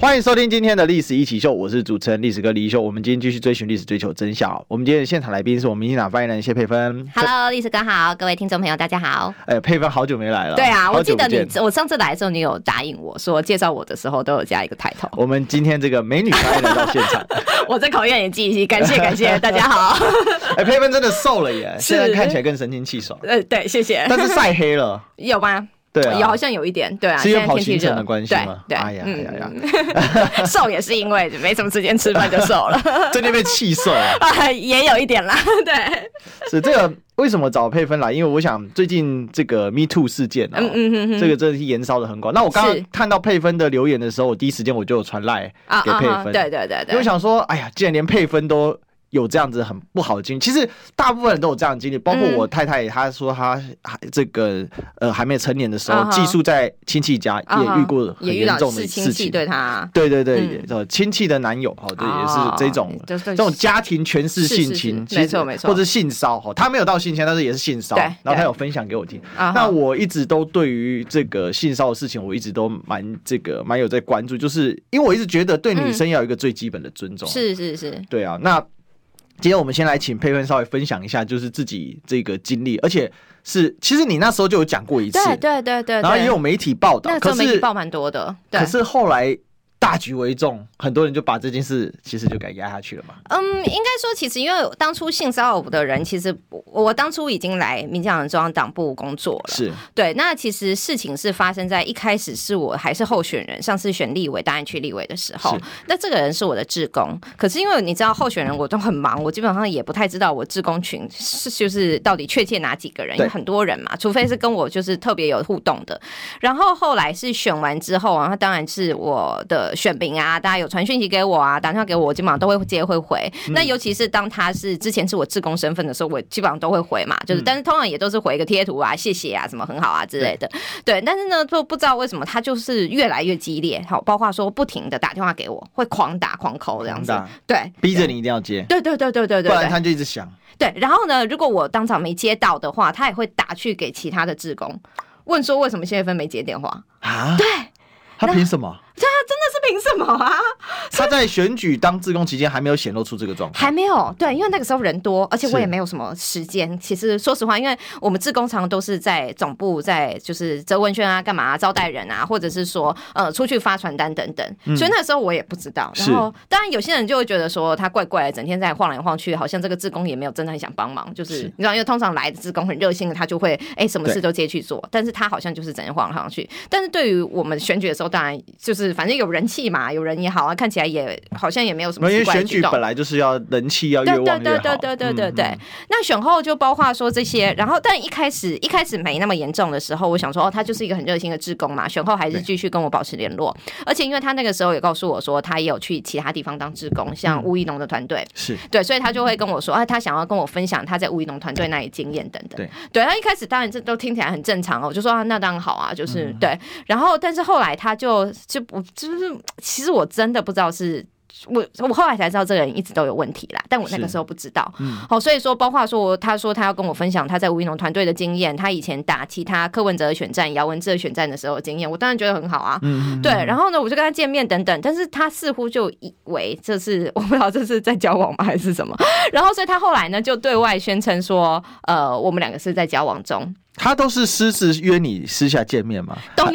欢迎收听今天的《历史一起秀》，我是主持人历史哥李一修。我们今天继续追寻历史，追求真相。我们今天的现场来宾是我们民进党发言人谢佩芬。 Hello，历史哥好，各位听众朋友大家好。哎，佩芬好久没来了。对啊，我好记久不得你见，我上次来的时候，你有答应我说介绍我的时候都有加一个抬头。 我们今天这个美女发言人到现 场，我在考验你记忆力，感谢 感谢，大家好。 哎，佩芬真的瘦了耶，是现在看起来更神清气爽，呃，对，谢 谢。但是晒黑 了。有吗？对啊有好像有一点，对啊，是因为现在跑天气行程热的关系对吗对，哎呀哎呀嗯 瘦也是因为没什么时间吃饭就瘦 了， 最近被气瘦了，啊也有一点啦， 对，是这个为什么找佩芬来？因为我想最近这个 Me Too 事件啊、嗯嗯嗯嗯这个真的是延烧的很广。那我刚是刚看到佩芬的留言的时候，我第一时间我就有传赖给佩哈芬，啊对对对因为我对，想说，哎呀，既然连配分都有这样子很不好的经历，其实大部分人都有这样的经历，包括嗯我太太，她说她还这个呃还没成年的时候啊，哈寄宿在亲戚家啊哈也遇过很也遇严到重的事是亲戚情。对他，对对对嗯，呃，亲戚的男友，哦，对，也是这种哦就是这种家庭权势是性是侵，是其实没错没错或者性骚哦，他没有到性侵，但是也是性骚，对然后他对有分享给我听。啊哈那我一直都对于这个性骚扰事情，我一直都蛮这个蛮有在关注，就是因为我一直觉得对女生要有一个最基本的尊重，嗯是是是，对啊，那今天我们先来请佩芬稍微分享一下，就是自己这个经历，而且是其实你那时候就有讲过一次，对对对对，然后对也有媒体报道那，时可候媒体是报蛮多的，对可，是后来大局为重，很多人就把这件事其实就给压下去了嘛。嗯，应该说，其实因为当初性骚扰的人，其实我我当初已经来民进党的中央党部工作了，是对，那其实事情是发生在一开始是我还是候选人，上次选立委大安区立委的时候是，那这个人是我的志工，可是因为你知道候选人我都很忙，我基本上也不太知道我志工群是就是到底确切哪几个人，因为对很多人嘛，除非是跟我就是特别有互动的。然后后来是选完之后啊，然后当然是我的选民啊，大家有传讯息给我啊，打电话给我，我基本上都会接会回。嗯那尤其是当他是之前是我志工身份的时候，我基本上都会回嘛，嗯就是、但是通常也都是回一个贴图啊，谢谢啊，什么很好啊之类的。对，但是呢，就不知道为什么他就是越来越激烈，好，包括说不停的打电话给我，会狂打狂扣这样子狂打，对。逼着你一定要接，对对对对对不对然他对就一直想，对，然后呢，如果我当场没接到的话，他也会打去给其他的志工，问说为什么谢芬没接电话？啊，对，他凭什么？这凭什么啊？他在选举当志工期间还没有显露出这个状况，还没有，对，因为那个时候人多，而且是我也没有什么时间。其实说实话，因为我们志工常常都是在总部，在就是折文宣啊、干嘛啊、招待人啊，或者是说呃出去发传单等等，所以那时候我也不知道。然嗯是后当然有些人就会觉得说他怪怪的，整天在晃来晃去，好像这个志工也没有真的很想帮忙，就是是你知道，因为通常来的志工很热心的，他就会哎、什么对事都接去做，但是他好像就是整天晃来晃去。但是对于我们选举的时候，当然就是反正有人气嘛，有人也好啊，看起来也好像也没有什么因奇为怪的选举举动本。来就是要人气要越对对旺越对好，对对对对嗯对。那选后就包括说这些，然后但一开始一开始没那么严重的时候，我想说哦，他就是一个很热心的志工嘛，选后还是继续跟我保持联络。而且因为他那个时候也告诉我说，他也有去其他地方当志工，嗯像吴一农的团队。是 对，所以他就会跟我说，啊，他想要跟我分享他在吴一农团队那里经验等等。对，他一开始当然这都听起来很正常哦，我就说啊，那当然好啊，就是、嗯对。然后，但是后来他就就我就是，其实我真的不知道是。我我后来才知道这个人一直都有问题啦，但我那个是嗯时候不知道。哦，所以说包括说我他说他要跟我分享他在吴一农团队的经验，他以前打其他柯文哲的选战、姚文智的选战的时候的经验，我当然觉得很好啊。嗯对，然后呢，我就跟他见面等等，但是他似乎就以为这是我不知道这是在交往吗还 是什么，然后所以他后来呢就对外宣称说，呃，我们两个是在交往中，他都是私自约你私下见面嘛，都有。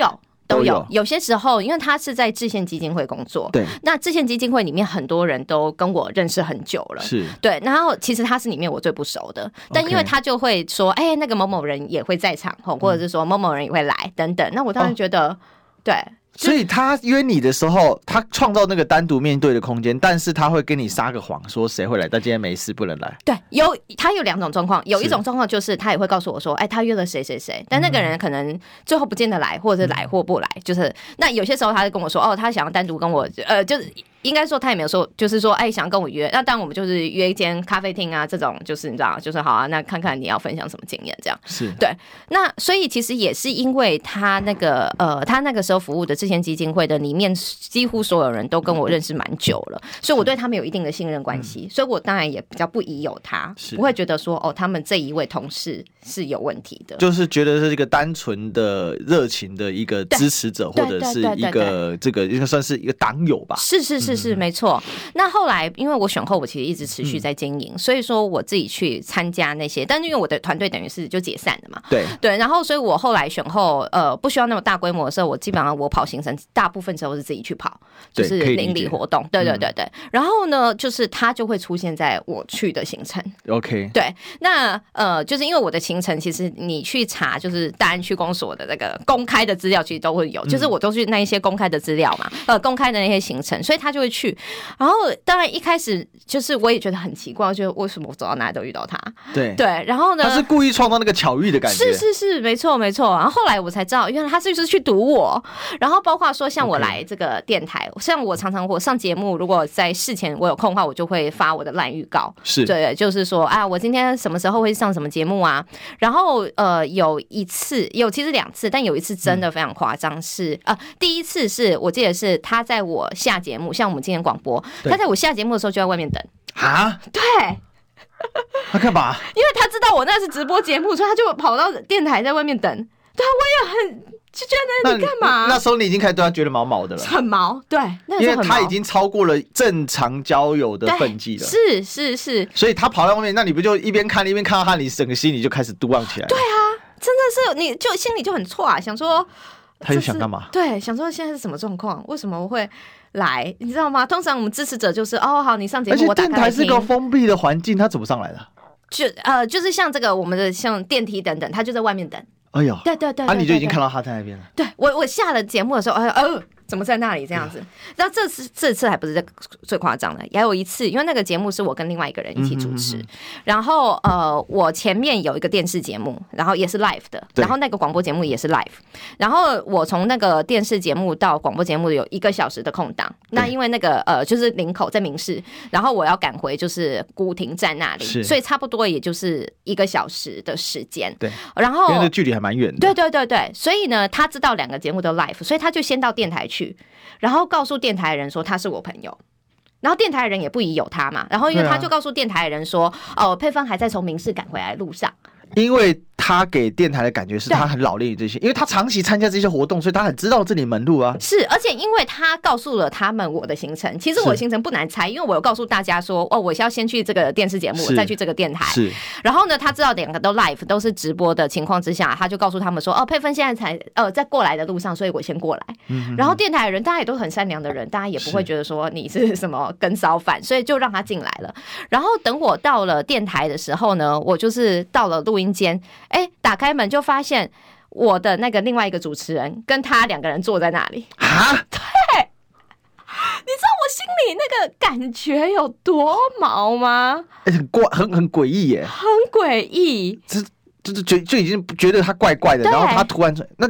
都啊都有有，有些时候，因为他是在制宪基金会工作，对，那制宪基金会里面很多人都跟我认识很久了，是对，然后其实他是里面我最不熟的，但因为 OK 他就会说，哎、那个某某人也会在场，吼或者是说某某人也会来等等，那我当哦然觉得，对，所以他约你的时候，他创造那个单独面对的空间，但是他会跟你撒个谎，说谁会来，但今天没事不能来。对，有他有两种状况，有一是种状况就是他也会告诉我说，哎，他约了谁谁谁，但那个人可能最后不见得来，或者是来或不来，就是那有些时候他就跟我说，哦，他想要单独跟我，呃，就是。应该说他也没有说，就是说哎想跟我约，那当然我们就是约一间咖啡厅啊，这种就是你知道，就是好啊，那看看你要分享什么经验这样。是对，那所以其实也是因为他那个呃，他那个时候服务的之前基金会的里面，几乎所有人都跟我认识蛮久了，所以我对他们有一定的信任关系，所以我当然也比较不疑有他嗯是，不会觉得说哦，他们这一位同事是有问题的。就是觉得是一个单纯的热情的一个支持者，或对者对是对一对个这个应该算是一个党友吧。是是嗯是是，没错。那后来，因为我选后，我其实一直持续在经营，所以说我自己去参加那些，但是因为我的团队等于是就解散了嘛，对， 对，然后所以我后来选后，呃，不需要那么大规模的时候，我基本上我跑行程，大部分时候是自己去跑，就对可是以理邻解嗯里活动。对对对对。然后呢，就是它就会出现在我去的行程。 OK，对，那呃，就是因为我的行程，其实你去查就是大安区公所的那个公开的资料，其实都会有，嗯就是我都去那一些公开的资料嘛，呃，公开的那些行程，所以他就会去。然后当然一开始就是我也觉得很奇怪，就是为什么我走到哪里都遇到他？对，对，然后呢？哎他是故意创造那个巧遇的感觉。是是是，没错没错。然后后来我才知道，原来他就是去堵我。然后包括说，像我 OK 来这个电台嗯像我常常我上节目，如果在事前我有空的话，我就会发我的烂预告。是对，就是说啊，我今天什么时候会上什么节目啊？然后呃，有一次有其实两次，但有一次真的非常夸张，是呃，第一次是我记得是他在我下节目，像我们今天广播，对他在我下节目的时候就在外面等，啊，对，他干嘛？因为他知道我那是直播节目，所以他就跑到电台在外面等。啊对，我也很就觉得你干嘛？那那时候你已经开始对他觉得毛毛的了，很毛，对，那个因时为候很他毛已经超过了正常交友的对分际了。是是是，所以他跑到外面，那你不就一边看一边看到他，你整个心里就开始嘟浪起来了？对啊，真的是，你就心里就很错啊，想说他又这是想干嘛？对，想说现在是什么状况？为什么我会来？你知道吗？通常我们支持者就是哦，好，你上节而目，且我打电开来台是听。个封闭的环境，他怎么上来的？就呃，就是像这个我们的像电梯等等，他就在外面等。哎呦，对对对，啊，对你就已经对看到他在那边了。对我，我下了节目的时候，哎哦，怎么在那里这样子？那这次这次还不是最最夸张的，也有一次，因为那个节目是我跟另外一个人一起主嗯持，然后呃，我前面有一个电视节目，然后也是 live 的，对然后那个广播节目也是 live，然后我从那个电视节目到广播节目有一个小时的空档，那因为那个呃就是林口在明视，然后我要赶回就是古亭站那里，是所以差不多也就是一个小时的时间，对，然后因为那个距离还蛮远的。对对对对，所以呢，他知道两个节目都 live，所以他就先到电台去，然后告诉电台人说他是我朋友。然后电台人也不疑有他嘛，然后因为对啊他就告诉电台人说，哦，佩芬还在从民事赶回来路上，因为他给电台的感觉是对他很老练于这些，因为他长期参加这些活动，所以他很知道这里门路啊。是，而且因为他告诉了他们我的行程，其实我的是行程不难猜，因为我有告诉大家说，哦，我是要先去这个电视节目，是再去这个电台，是然后呢，他知道两个都 live 都是直播的情况之下，他就告诉他们说：“哦，佩芬现在才呃在过来的路上，所以我先过来。然后电台人大家也都很善良的人，大家也不会是觉得说你是什么跟骚犯，所以就让他进来了。然后等我到了电台的时候呢，我就是到了录音间，哎，打开门就发现我的那个另外一个主持人跟他两个人坐在那里，啊，我心里那个感觉有多毛吗？哎很怪，很很诡异耶，很诡异。就是觉就已经觉得他怪怪的，对然后他突然说那。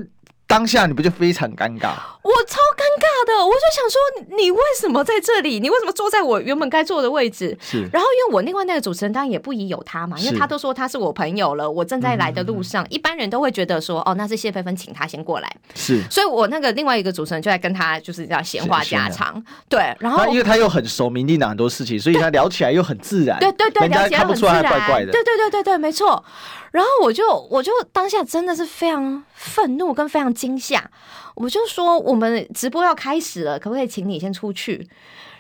当下你不就非常尴尬？我超尴尬的，我就想说，你你为什么在这里？你为什么坐在我原本该坐的位置？是然后，因为我另外那个主持人当然也不疑有他嘛，因是为他都说他嗯是我嗯朋友了，我正在来的路上，一般人都会觉得说，哦，那是谢佩芬请他先过来，是，所以我那个另外一个主持人就在跟他就是这样闲话家常，对，然后他因为他又很熟民进党很多事情，所以他聊起来又很自然，对对对，人家了解看很不自出来然，他怪怪的。对对对对对，没错。然后我就我就当下真的是非常愤怒跟非常惊吓，我就说我们直播要开始了，可不可以请你先出去？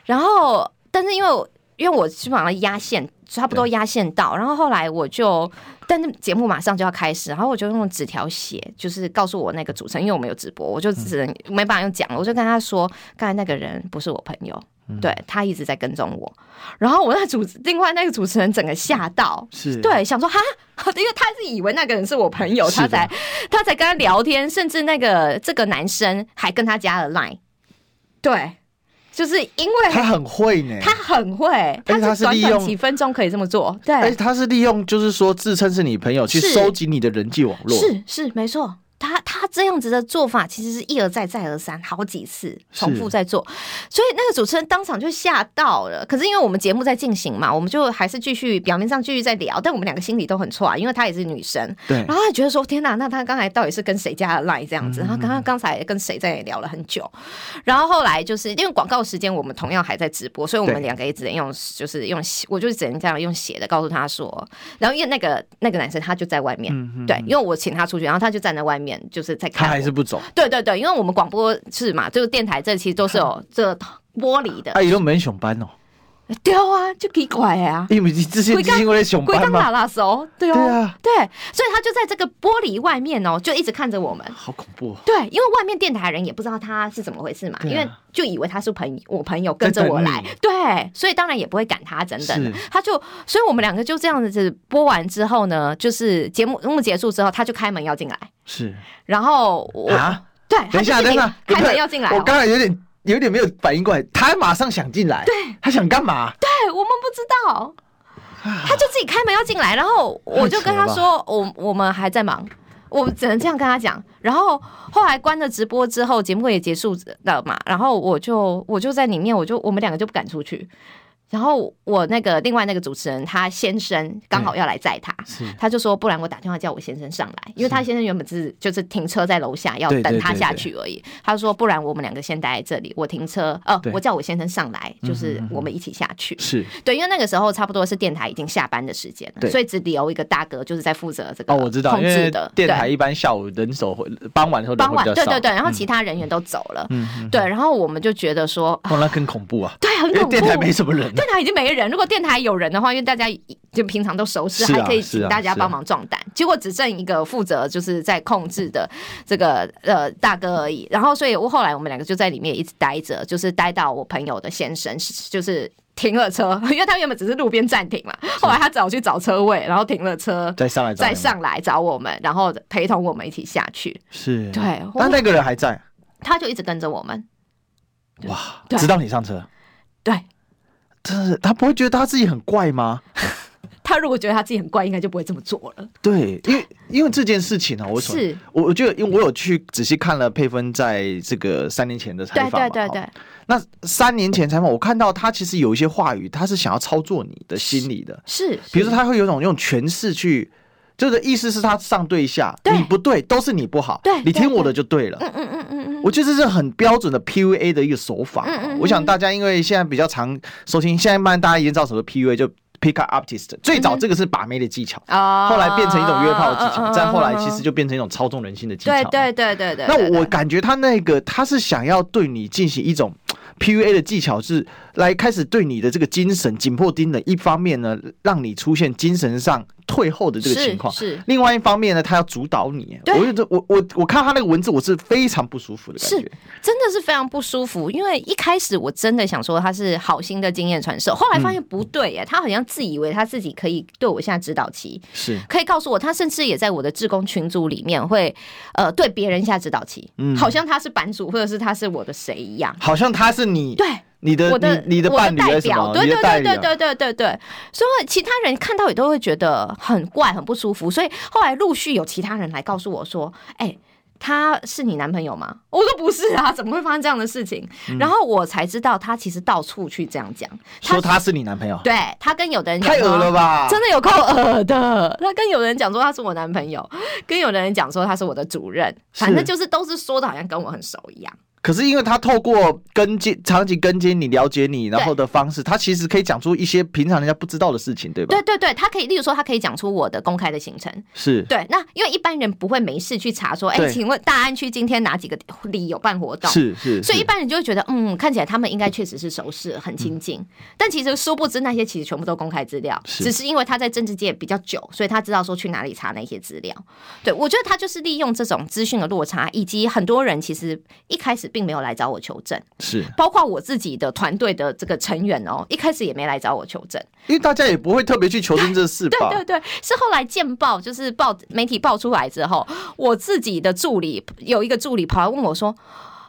然后但是因为我因为我基本上压线差不多压线到，然后后来我就。但是节目马上就要开始，然后我就用纸条写，就是告诉我那个主持人，因为我没有直播，我就只能、没办法用讲了，我就跟他说，刚才那个人不是我朋友，嗯对他一直在跟踪我，然后我那主另外那个主持人整个吓到，是，对，想说哈，因为他是以为那个人是我朋友，是的他才他才跟他聊天，甚至那个这个男生还跟他加了 line，对，就是因为他很会呢。他很会，且他他是是短利短用几分钟可以这么做，哎对，而且他是利用，就是说自称是你朋友去是收集你的人际网络，是是没错，他他这样子的做法，其实是一而再再而三，好几次是重复在做，所以那个主持人当场就吓到了。可是因为我们节目在进行嘛，我们就还是继续表面上继续在聊，但我们两个心里都很错啊，因为她也是女生，对然后他觉得说：“天哪，那他刚才到底是跟谁家的 line 这嗯样子？然后刚刚刚才跟谁在聊了很久，然后后来就是因为广告时间，我们同样还在直播，所以我们对两个也只能用，就是用写，我就只能这样用写的告诉他说。然后因为那个那个男生他就在外面，嗯对，因为我请他出去，然后他就站在外面，就是在他 看还我。是不走，对对对，因为我们广播室嘛，就是电台这其实都是有这玻璃的啊，，伊拢免上班哦，对啊，就奇怪的 啊。”因为之前规之工前我咧上鬼班刚嘛拉，拉手，对哦，对啊对所以他就在这个玻璃外面哦，就一直看着我们，好恐怖哦，对，因为外面电台的人也不知道他是怎么回事嘛，对啊因为就以为他是朋我朋友跟着我在来等你，对，所以当然也不会赶他等等的是。他就，所以我们两个就这样子播完之后呢，就是节目节目结束之后，他就开门要进来，是然后我、啊，对，等一下他等一就自己下，开不门是要进来、我哦，刚才有点有点没有反应过来，他马上想进来，对，他想干嘛？对哎我们不知道。他就自己开门要进来，然后我就跟他说：“我我们还在忙，我只能这样跟他讲。”然后后来关了直播之后，节目也结束了嘛，然后我就我就在里面，我就我们两个就不敢出去。然后我那个另外那个主持人，他先生刚好要来载他，是他就说：“不然我打电话叫我先生上来，因为他先生原本是就是停车在楼下，要对对等他对下对去而已。”他说：“不然我们两个先待在这里，我停车，呃对，嗯我叫我先生上来，就是我们一起下去。”是对，因为那个时候差不多是电台已经下班的时间对了，所以只留一个大哥就是在负责这个哦，我知道，控因制为的电台对一般下午人手会，傍晚的时候人傍会晚比较对少，嗯对对，然后其他人员都走了，对，然后我们就觉得说，啊哦，那更恐怖啊，对，很因恐为怖。电台没什么人啊，电台已经没人，如果电台有人的话，因为大家就平常都熟识，是啊还可以是啊请大家是啊帮忙壮胆。结果只剩一个负责就是在控制的这个呃大哥而已。然后，所以我后来我们两个就在里面一直待着，就是待到我朋友的先生就是。停了车， 因为他原本只是路边暂停嘛，后来他找去找车位，然后停了车，再上来找再你们上来找我们，然后陪同我们一起下去。是，对嗯我但那个人还在，他就一直跟着我们，哇，对直到你上车，对真是他不会觉得他自己很怪吗？他如果觉得他自己很怪，应该就不会这么做了。对，因为因为这件事情啊呢、我所是我我觉得，因为我有去仔细看了佩芬在这个三年前的采对访嘛，对对对哦。，那三年前采访，我看到他其实有一些话语，他是想要操作你的心理的，是，比如说他会有一种用权势去。就是意思是他上对下，对你不对，都是你不好，对你听对我的就对了。嗯嗯嗯嗯嗯，我觉得这是很标准的 PUA 的一个手法。嗯嗯嗯我想大家因为现在比较常收听，现在慢慢大家已经知道什么 PUA，就 Pick Up Artist。最嗯早这个是把妹的技巧，啊后来变成一种约炮的哦嗯技巧，再后来其实就就变成一种操纵人心的技巧对嘛。对对对对。对那我对感觉他那个他是想要对你进行一种 PUA 的技巧，是来开始对你的这个精神紧迫盯的。一方面呢，让你出现精神上退后的这个是情况。是另外一方面呢，他要主导你，对我觉得我我我看他那个文字，我是非常不舒服的感觉是。真的是非常不舒服，因为一开始我真的想说他是好心的经验传授，后来发现不对耶，他好像自以为他自己可以对我下指导棋，是，可以告诉我，他甚至也在我的志工群组里面会，呃，对别人下指导棋，嗯好像他是版主或者是他是我的谁一样。好像他是你对，你的我的你你的我伴侣还代是什表，么？对你对的代对理对啊对对对对，所以其他人看到也都会觉得很怪、很不舒服。所以后来陆续有其他人来告诉我说：“哎、他是你男朋友吗？”我说：“不是啊，怎么会发生这样的事情？”嗯然后我才知道他其实到处去这样讲，说他是你男朋友，对他跟有的人讲太说恶了吧？真的有够恶的。他跟有人讲说他是我男朋友，跟有的人讲说他是我的主任，反正就是都是说的好像跟我很熟一样。可是因为他透过跟进长期跟进你、了解你，然后的方式，他其实可以讲出一些平常人家不知道的事情，对吧？对，对对，他可以，例如说他可以讲出我的公开的行程。是对，那因为一般人不会没事去查说，哎、对请问大安区今天哪几个里有办活动？是是，所以一是般人就会觉得，嗯，看起来他们应该确实是熟识，很亲近。但其实殊不知那些其实全部都公开资料，嗯是只是因为他在政治界比较久，所以他知道说去哪里查那些资料。对我觉得他就是利用这种资讯的落差，以及很多人其实一开始并没有来找我求证，是，包括我自己的团队的这个成员哦，一开始也没来找我求证。因为大家也不会特别去求证这事吧？ 对对对，是后来见报，就是报媒体报出来之后，我自己的助理有一个助理跑来问我说。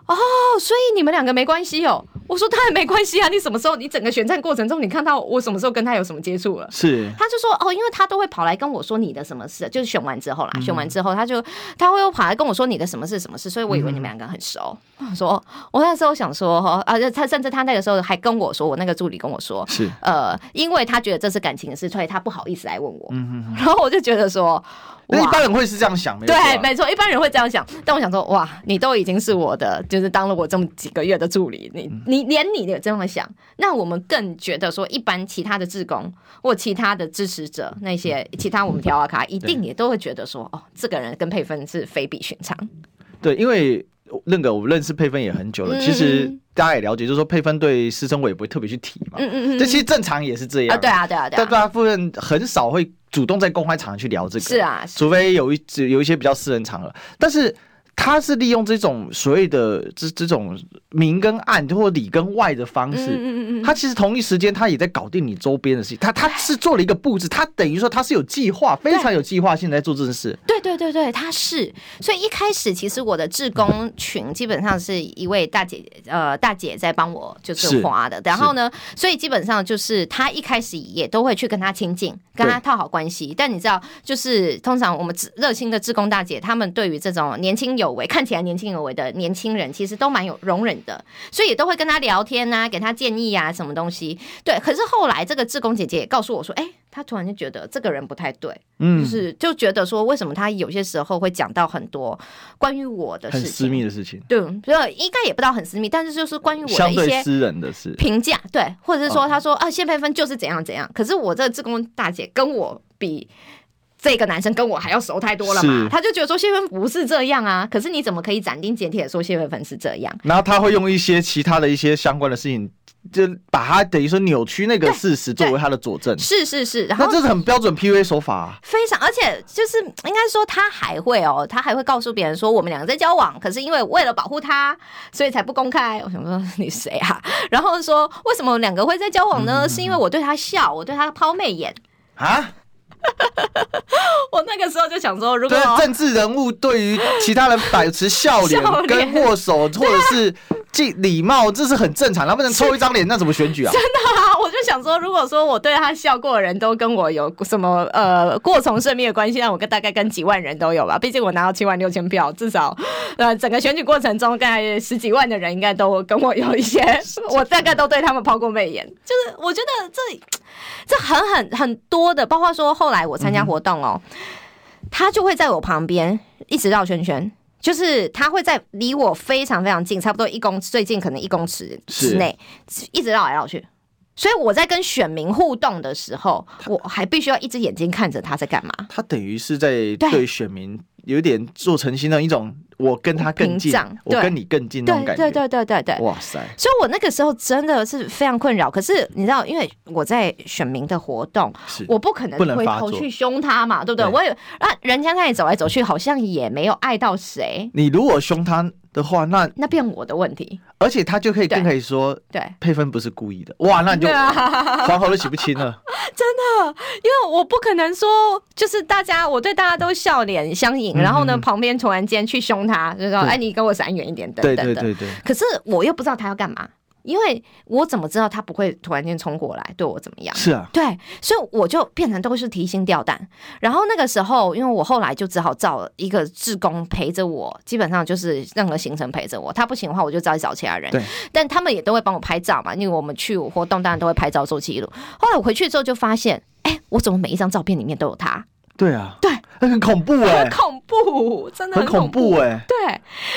哦，所以你们两个没关系哦。我说当然没关系啊，你什么时候你整个选战过程中，你看到我什么时候跟他有什么接触了？是他就说哦，因为他都会跑来跟我说你的什么事，就是选完之后啦，选完之后他就他会跑来跟我说你的什么事什么事，所以我以为你们两个很熟。我说哦我那时候想说哦啊，他甚至他那个时候还跟我说，我那个助理跟我说，是，呃，因为他觉得这是感情的事，所以他不好意思来问我。然后我就觉得说，嗯那一哇般人会是这样想，没有错啊对，没错，一般人会这样想。但我想说，哇，你都已经是我的，就是当了我这么几个月的助理，你嗯你连你也这么想，那我们更觉得说，一般其他的志工或其他的支持者，那些嗯其他我们调啊卡，一定也都会觉得说，哦，这个人跟佩芬是非比寻常。对，因为那个我认识佩芬也很久了，其实嗯大家也了解，就是说佩芬对师生我也不会特别去提嘛，嗯嗯嗯这其实正常也是这样啊，对，啊，对啊，对但啊，大部分很少会主动在公开场合去聊这个，是啊，是除非有一只有一些比较私人场合，但是他是利用这种所谓的这这种明跟暗或里跟外的方嗯式。嗯嗯哎嗯，他其实同一时间，他也在搞定你周边的事情。他他是做了一个布置，他等于说他是有计划，非常有计划性地在做这件事。对对对对，他是。所以一开始其实我的志工群基本上是一位大姐，呃，大姐在帮我就是是花的。然后呢，所以基本上就是她一开始也都会去跟她亲近，跟她对套好关系。但你知道，就是通常我们志热心的志工大姐，她们对于这种年轻有为、看起来年轻有为的年轻人，其实都蛮有容忍的，所以也都会跟她聊天啊，给她建议啊，什么东西。对，可是后来这个志工姐姐也告诉我说，哎、她突然就觉得这个人不太对。就嗯，是就觉得说，为什么他有些时候会讲到很多关于我的很事私情？密的事情，对，就应该也不到很私密，但是就是关于我的相一对些私人的事。评价，对，或者是说他说、啊，谢佩芬就是怎样怎样，可是我这个志工大姐跟我比。这个男生跟我还要熟太多了嘛是，他就觉得说谢佩芬不是这样啊，可是你怎么可以斩钉截铁地说谢佩芬是这样？然后他会用一些其他的一些相关的事情，就把他等于说扭曲那个事实对作为他的佐证。是是是，然后那这是很标准 PUA 手法、啊。非常，而且就是应该说，他还会哦，他还会告诉别人说我们两个在交往，可是因为为了保护他，所以才不公开。我想说你谁啊？ 然后说为什么我们两个会在交往呢？是因为我对他笑，我对他抛媚眼。啊，我那个时候就想说，如果对政治人物对于其他人保持笑笑脸、脸跟握手或者是敬礼貌，这是很正常。他不能抽一张脸，那怎么选举啊？啊， 我就想说，如果说我对他笑过的人都跟我有什么呃过从甚密的关系，那我跟大概跟几万人都有吧。毕竟我拿到七万六千票，至少 呃整个选举过程中，大概十几万的人应该都跟我有一 些，我大概都对他们抛过媚眼。就是我觉得这这很很很多的，包括说后来我参加活动哦，他就会在我旁边一直绕圈圈。就是他会在离我非常非常近，差不多一公最近可能一公尺之是内，一直绕来绕去。所以我在跟选民互动的时候，我还必须要一只眼睛看着他在干嘛，他等于是在对对选民有点做成心的一种，我跟他更近屏障，我对跟你更近那种对感对觉。对对对对。哇塞，所以我那个时候真的是非常困扰。可是你知道，因为我在选民的活动，是我不可能不能回发头作去凶他嘛，对不对？对我也啊，人家那里走来走去，好像也没有爱到谁，你如果凶他的话，那那变我的问题。而且他就可以对更可以说对，佩芬不是故意的，哇，那你就对啊，黄喉都洗不清 了。因为我不可能说，就是大家我对大家都笑脸相迎，然后呢，旁边突然间去凶他，就说：“嗯对哎，你跟我闪远一点，等对等对的。”对对，可是我又不知道他要干嘛，因为我怎么知道他不会突然间冲过来对我怎么样？是啊，对，所以我就变成都是提心吊胆。然后那个时候，因为我后来就只好找了一个志工陪着我，基本上就是任何行程陪着我。他不行的话，我就再找其他人对。但他们也都会帮我拍照嘛，因为我们去活动当然都会拍照做记录。后来我回去之后就发现，哎，我怎么每一张照片里面都有他？对啊，对，那很恐怖哎很，恐怖，真的很恐怖怖哎，对，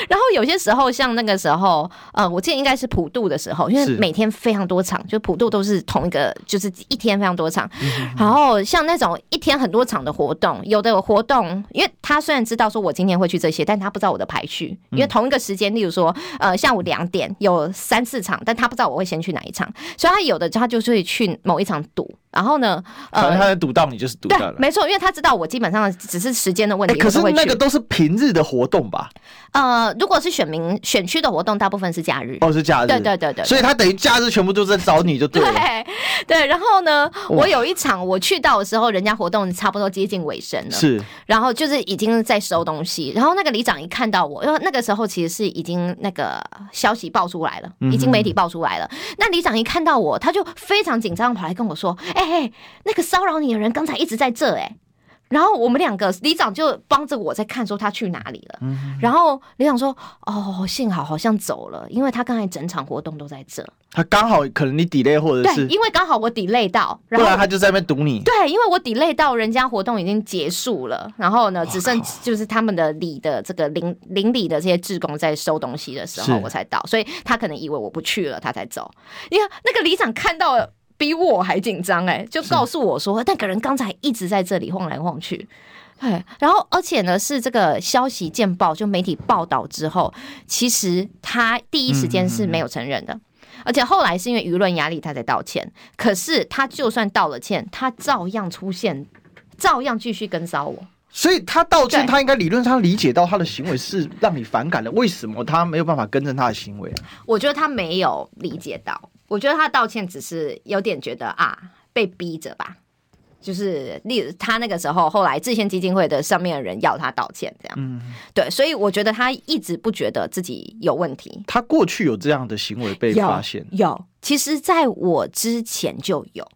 然后有些时候像那个时候，呃，我记得应该是普渡的时候，因为是每天非常多场，就普渡都是同一个，就是一天非常多场。嗯然后像那种一天很多场的活动，有的活动，因为他虽然知道说我今天会去这些，但他不知道我的排序，因嗯为同一个时间，例如说，呃，下午两点有三四场，但他不知道我会先去哪一场，所以他有的他就会去某一场赌，然后呢，反正呃。他能赌到你就是赌对到，了。没错，因为他知道我基本上只是时间的问哎、题，可我是都会那去。个都是平日的活动吧？呃，如果是选民选区的活动，大部分是假日。哦，是假日。对对对对。所以他等于假日全部都在找你就对对了。，对，然后呢，我有一场我去到的时候，人家活动差不多接近尾声了，是然后就是已经在收东西，然后那个里长一看到我，因为那个时候其实是已经那个消息爆出来了，嗯已经媒体爆出来了。那里长一看到我，他就非常紧张，跑来跟我说：“哎、哎，那个骚扰你的人刚才一直在这哎、然后我们两个里长就帮着我在看说他去哪里了，嗯然后里长说：“哦，幸好好像走了，因为他刚才整场活动都在这。他刚好可能你 delay 或者对，是，因为刚好我 delay 到，不然后然他就在那边堵你。对，因为我 delay 到人家活动已经结束了，然后呢，只剩就是他们的里的这个邻邻里的这些职工在收东西的时候，是我才到，所以他可能以为我不去了，他才走。你看那个里长看到了比我还紧张哎、就告诉我说那个人刚才一直在这里晃来晃去。对，然后而且呢，是这个消息见报，就媒体报道之后，其实他第一时间是没有承认的，而且后来是因为舆论压力，他才道歉。可是他就算道了歉，他照样出现，照样继续跟骚我。所以他道歉，对他应该理论上理解到他的行为是让你反感的，为什么他没有办法更正他的行为啊？我觉得他没有理解到，我觉得他道歉只是有点觉得啊被逼着吧，就是例如他那个时候后来制宪基金会的上面的人要他道歉这样，嗯对，所以我觉得他一直不觉得自己有问题，他过去有这样的行为被有发现，有，其实在我之前就有，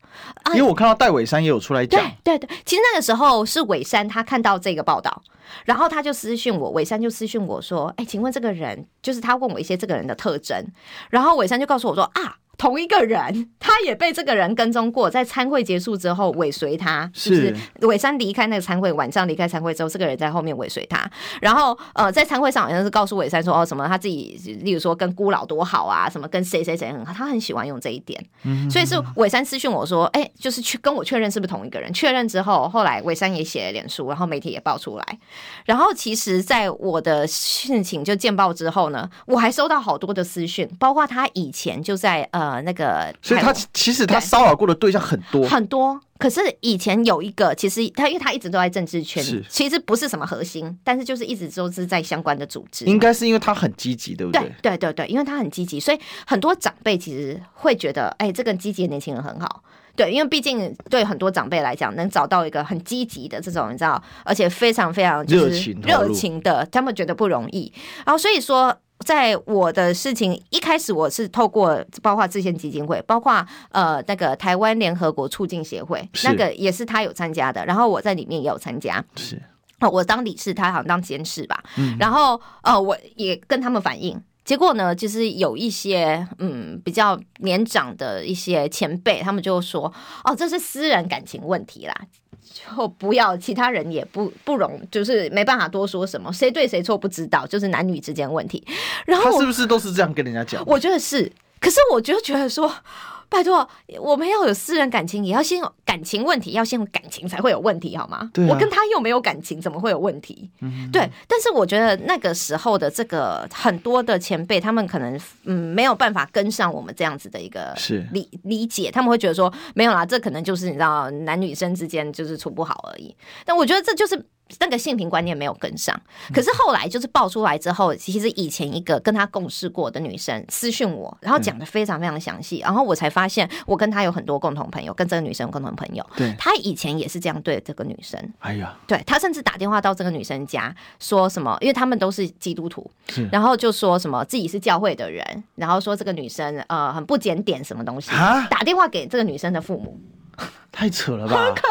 因为我看到戴伟山也有出来啊对讲，对对，其实那个时候是伟山他看到这个报道，然后他就私讯我，伟山就私讯我说：“哎，请问这个人，就是他问我一些这个人的特征，然后伟山就告诉我说啊。”同一个人，他也被这个人跟踪过，在参会结束之后尾随他，就是伟山离开那个参会，晚上离开参会之后，这个人在后面尾随他。然后呃，在参会上好像是告诉伟山说哦什么他自己，例如说跟孤老多好啊，什么跟谁谁谁很好，他很喜欢用这一点。嗯所以是伟山私讯我说，哎、就是去跟我确认是不是同一个人。确认之后，后来伟山也写了脸书，然后媒体也爆出来。然后其实，在我的事情就见报之后呢，我还收到好多的私讯，包括他以前就在呃那个，所以他其实他骚扰过的对象很多，很多。可是以前有一个，其实他因为他一直都在政治圈是，其实不是什么核心，但是就是一直都是在相关的组织嘛。应该是因为他很积极，对不对？对对对，因为他很积极，所以很多长辈其实会觉得，哎，这个积极的年轻人很好。对，因为毕竟对很多长辈来讲，能找到一个很积极的这种，你知道，而且非常非常就是热情投入热情的，他们觉得不容易。然后所以说，在我的事情一开始，我是透过包括制宪基金会，包括呃那个台湾联合国促进协会，是那个也是他有参加的，然后我在里面也有参加。是哦，我当理事，他好像当监事吧。然后呃，我也跟他们反映。结果呢，就是有一些嗯比较年长的一些前辈，他们就说：“哦，这是私人感情问题啦，就不要其他人也不不容，就是没办法多说什么，谁对谁错不知道，就是男女之间问题。”然后他我是不是都是这样跟人家讲？我觉得是，可是我就觉得说，拜托，我们要有私人感情，也要先有感情问题，要先有感情才会有问题，好吗？对啊嗯我跟他又没有感情，怎么会有问题？对。但是我觉得那个时候的这个很多的前辈，他们可能嗯没有办法跟上我们这样子的一个是理理解，他们会觉得说没有啦，这可能就是你知道男女生之间就是处不好而已。但我觉得这就是那个性平观念没有跟上。可是后来就是爆出来之后，其实以前一个跟他共事过的女生私讯我，然后讲的非常非常详细，然后我才发现我跟他有很多共同朋友，跟这个女生有共同朋友，对，他以前也是这样对这个女生。哎呀，对他甚至打电话到这个女生家，说什么？因为他们都是基督徒是，然后就说什么自己是教会的人，然后说这个女生呃很不检点什么东西啊，打电话给这个女生的父母，太扯了吧？可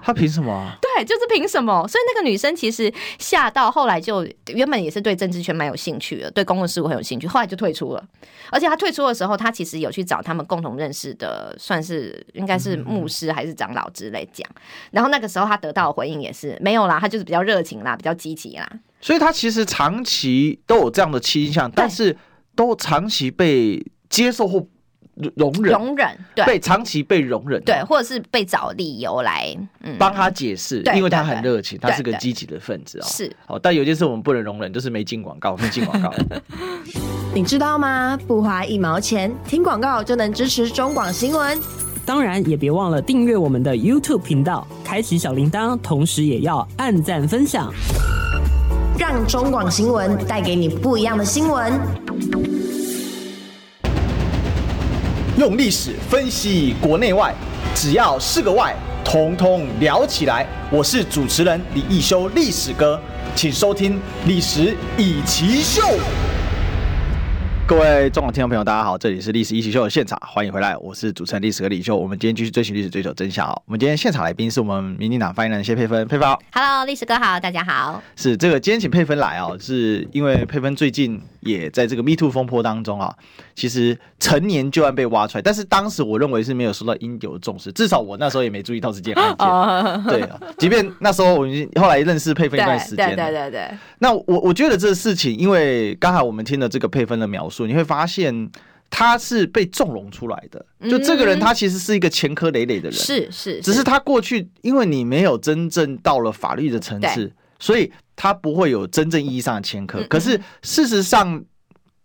他凭什么啊？对，就是凭什么？所以那个女生其实吓到，后来就原本也是对政治圈蛮有兴趣的，对公共事务很有兴趣，后来就退出了。而且她退出的时候，她其实有去找他们共同认识的，算是应该嗯是牧师还是长老之类讲。然后那个时候她得到的回应也是没有啦，她就是比较热情啦，比较积极啦。所以他其实长期都有这样的倾向，但是都长期被接受或容忍，容忍，对被长期被容忍，哦对，，或者是被找理由来，嗯，帮他解释，对因为他对很热情，他是个对对积极的分子哦。是好，但有件事我们不能容忍，就是没进广告，没进广 告。你知道吗？不花一毛钱，听广告就能支持中广新闻。当然，也别忘了订阅我们的 YouTube 频道，开启小铃铛，同时也要按赞分享。让中广新闻带给你不一样的新闻。用历史分析国内外，只要是个“外”，统统聊起来。我是主持人李一修，历史哥，请收听《历史以奇秀》。各位中广听众朋友，大家好，这里是《历史一起秀》的现场，欢迎回来，我是主持人历史哥李秀。我们今天继续追寻历史，追求真相哦。我们今天现场来宾是我们民进党发言人谢佩芬，佩芬好。 Hello，历史哥好，大家好。是这个，今天请佩芬来哦，是因为佩芬最近也在这个 Me Too 风波当中啊，其实陈年旧案被挖出来，但是当时我认为是没有受到应有的重视，至少我那时候也没注意到这件案件。哦，对啊，即便那时候我已经后来认识佩芬对一段时间对了，对对对，那我我觉得这事情，因为刚才我们听了这个佩芬的描述，你会发现他是被纵容出来的。就这个人，嗯他其实是一个前科累累的人，是是，只是他过去，因为你没有真正到了法律的层次，所以他不会有真正意义上的前科。嗯嗯可是事实上，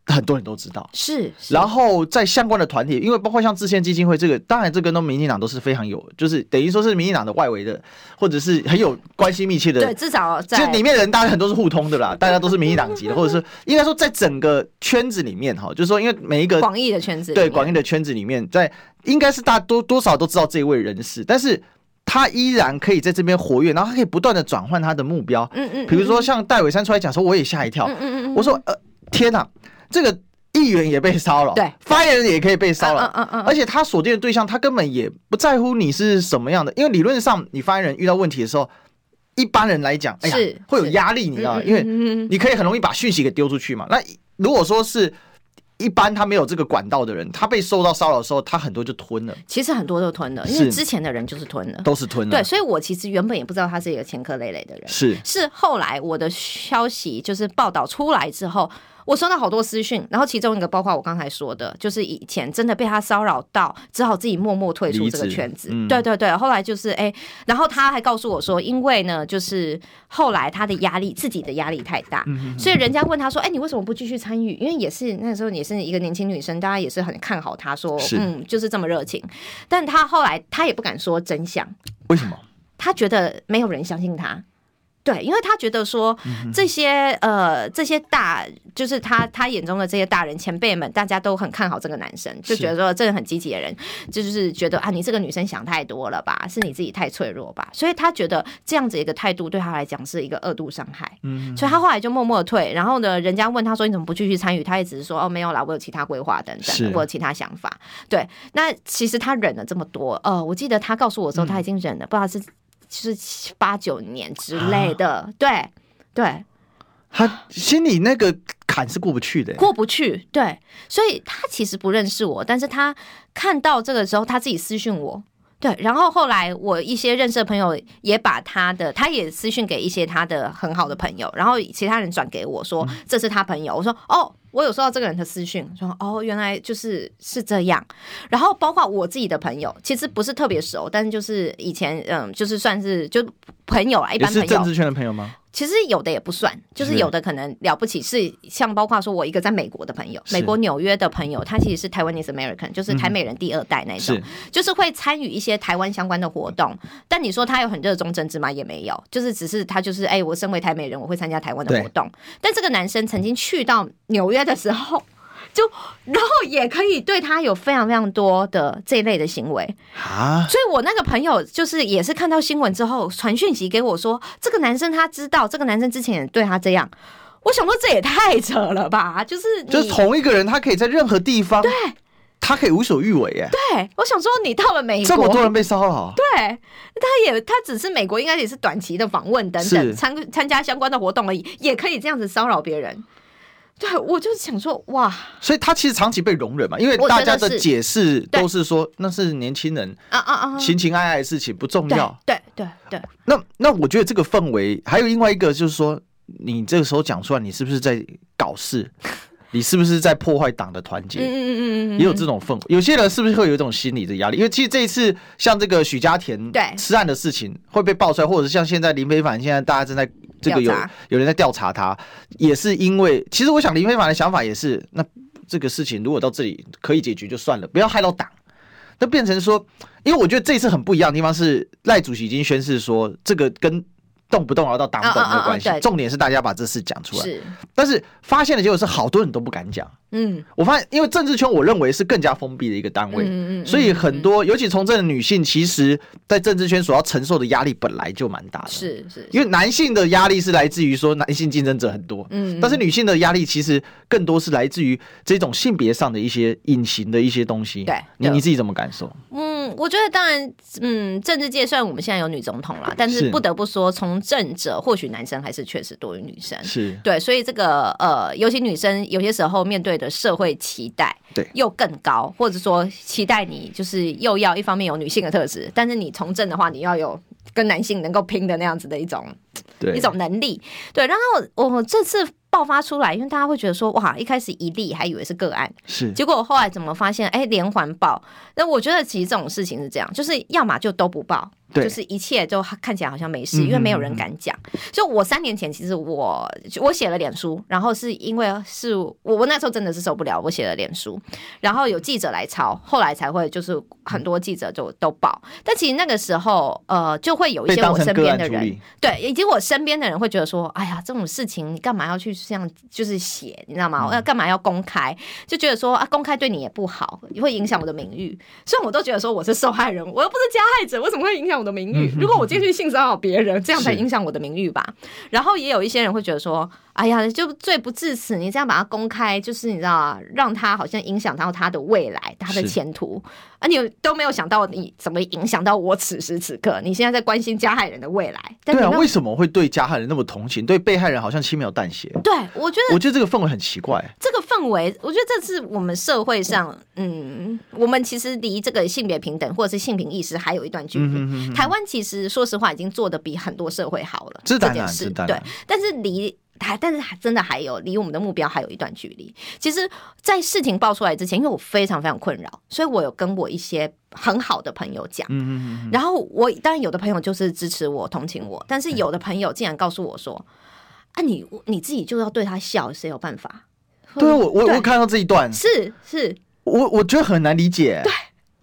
很多人都知道。是，是然后在相关的团体，因为包括像制宪基金会这个，当然这跟都民进党都是非常有，就是等于说是民进党的外围的，或者是很有关系密切的对，至少其在实里面人大家很多是互通的啦，大家都是民进党 籍的，或者是应该说在整个圈子里面哈，就是说因为每一个广义的圈子里对面广义的圈子里面，在应该是大多多少都知道这一位人士，但是他依然可以在这边活跃，然后他可以不断的转换他的目标，嗯嗯，比如说像戴伟山出来讲说我也吓一跳嗯，嗯嗯嗯，我说呃天哪，这个议员也被骚扰，对发言人也可以被骚扰，嗯嗯嗯嗯而且他锁定的对象，他根本也不在乎你是什么样的，因为理论上你发言人遇到问题的时候，一般人来讲，哎呀是，嗯会有压力，你知道吗？因为为你可以很容易把讯息给丢出去嘛。那如果说是一般他没有这个管道的人，他被受到骚扰的时候，他很多就吞了，其实很多都吞了，因为是之前的人就是吞了。都是吞了，对，所以我其实原本也不知道他是一个前科累累的人，是是后来我的消息就是报道出来之后，我收到好多私讯，然后其中一个包括我刚才说的，就是以前真的被他骚扰到，只好自己默默退出这个离职圈子。嗯对对对，后来就是哎、然后他还告诉我说，因为呢，就是后来他的压力，自己的压力太大，嗯所以人家问他说，哎、你为什么不继续参与？因为也是那时候你是一个年轻女生，大家也是很看好他说，是嗯，就是这么热情，但他后来他也不敢说真相。为什么？他觉得没有人相信他。对，因为他觉得说这些、呃这些大，就是他他眼中的这些大人前辈们，大家都很看好这个男生，就是觉得说这个很积极的人，就是觉得啊你这个女生想太多了吧，是你自己太脆弱吧，所以他觉得这样子一个态度对他来讲是一个恶度伤害，嗯所以他后来就默默地退。然后呢，人家问他说你怎么不继续参与，他也只是说哦没有啦，我有其他规划等是等，我有其他想法。对，那其实他忍了这么多，呃，我记得他告诉我之后，他已经忍了，不知道是就是七八九年之类的，啊对对，他心里那个坎是过不去的，过不去，对，所以他其实不认识我，但是他看到这个时候，他自己私讯我。对，然后后来我一些认识的朋友也把他的，他也私讯给一些他的很好的朋友，然后其他人转给我嗯说这是他朋友，我说哦，我有收到这个人的私讯，说哦原来就是是这样，然后包括我自己的朋友，其实不是特别熟，但是就是以前嗯，就是算是就朋友啊，一也般是朋政友治，圈的朋友吗？其实有的也不算，就是是有的可能了不起是像包括说我一个在美国的朋友，是嗯美国纽约的朋友，他其实是台湾 is American，就是台美人第二代那种，是就是会参与一些台湾相关的活动。但你说他有很热衷政治吗？也没有，就是只是他就是哎、我身为台美人，我会参加台湾的活动。但这个男生曾经去到纽约的时候。就，然后也可以对他有非常非常多的这一类的行为，啊，所以我那个朋友就是也是看到新闻之后传讯息给我说，这个男生他知道，这个男生之前也对他这样。我想说这也太扯了吧， 就是你就是同一个人，他可以在任何地方，对，他可以无所欲为，哎，对，我想说你到了美国，这么多人被骚扰，对，他也他只是美国，应该也是短期的访问等是等，参参加相关的活动而已，也可以这样子骚扰别人。对，我就想说哇，所以他其实长期被容忍嘛，因为我觉得大家的是解释都是说那是年轻人啊啊啊，情情爱爱的事情不重对要。对对对，那那我觉得这个氛围还有另外一个就是说，你这个时候讲出来，你是不是在搞事？你是不是在破坏党的团嗯结？嗯嗯嗯嗯，也有这种氛围，有些人是不是会有一种心理的压力？因为其实这一次像这个许家田对吃案的事情会被爆出来，或者是像现在林非凡，现在大家正在这个有调查有人在调查他，也是因为其实我想林非凡的想法也是，那这个事情如果到这里可以解决就算了，不要害到党。那变成说，因为我觉得这次很不一样的地方是赖主席已经宣誓说，这个跟动不动熬到党本没有关系哦哦哦对，重点是大家把这事讲出来。是，但是发现的结果是，好多人都不敢讲。嗯，我发现，因为政治圈，我认为是更加封闭的一个单位，嗯嗯嗯所以很多，尤其从政的女性，其实在政治圈所要承受的压力本来就蛮大的。是是，因为男性的压力是来自于说男性竞争者很多，嗯嗯但是女性的压力其实更多是来自于这种性别上的一些隐形的一些东西。对你对你自己怎么感受？嗯，我觉得当然，嗯，政治界虽然我们现在有女总统啦，但是是不得不说，从政者或许男生还是确实多于女生。是对，所以这个呃，尤其女生有些时候面对的社会期待，对又更高，或者说期待你就是又要一方面有女性的特质，但是你从政的话，你要有跟男性能够拼的那样子的一种对一种能力。对，然后我这次爆发出来，因为大家会觉得说，哇，一开始一例还以为是个案，是结果我后来怎么发现，哎，连环报。那我觉得其实这种事情是这样，就是要么就都不报，对就是一切都看起来好像没事，嗯因为没有人敢讲。就我三年前，其实我我写了脸书，然后是因为是我我那时候真的是受不了，我写了脸书，然后有记者来抄，后来才会就是很多记者就都报。但其实那个时候，呃，就会有一被些当我成身个边案的处人理，，对，以及我身边的人会觉得说，哎呀，这种事情你干嘛要去这样就是写，你知道嗯吗？我要干嘛要公开？就觉得说啊，公开对你也不好，会影响我的名誉。虽然我都觉得说我是受害人，我又不是加害者，为什么会影响我的名誉？如果我今天去性骚扰别人，这样嗯才是影响我的名誉吧。然后也有一些人会觉得说，哎呀，就罪不至死，你这样把它公开，就是你知道啊，让他好像影响到他的未来，他的是前途。啊，你有都没有想到你怎么影响到我此时此刻？你现在在关心加害人的未来，但你对啊，没有为什么会对加害人那么同情，对被害人好像轻描淡写？对我觉得我觉得这个氛围很奇怪。这个氛围，我觉得这是我们社会上，嗯，我们其实离这个性别平等或者是性平意识还有一段距离。嗯台湾其实说实话已经做的比很多社会好了，这当然件事这当对然，但是离还但是还真的还有离我们的目标还有一段距离。其实，在事情爆出来之前，因为我非常非常困扰，所以我有跟我一些很好的朋友讲，嗯嗯嗯，然后我当然有的朋友就是支持我、同情我，但是有的朋友竟然告诉我说：“啊你，你自己就要对他笑，谁有办法？”对啊，我我对我看到这一段，是是，我我觉得很难理解。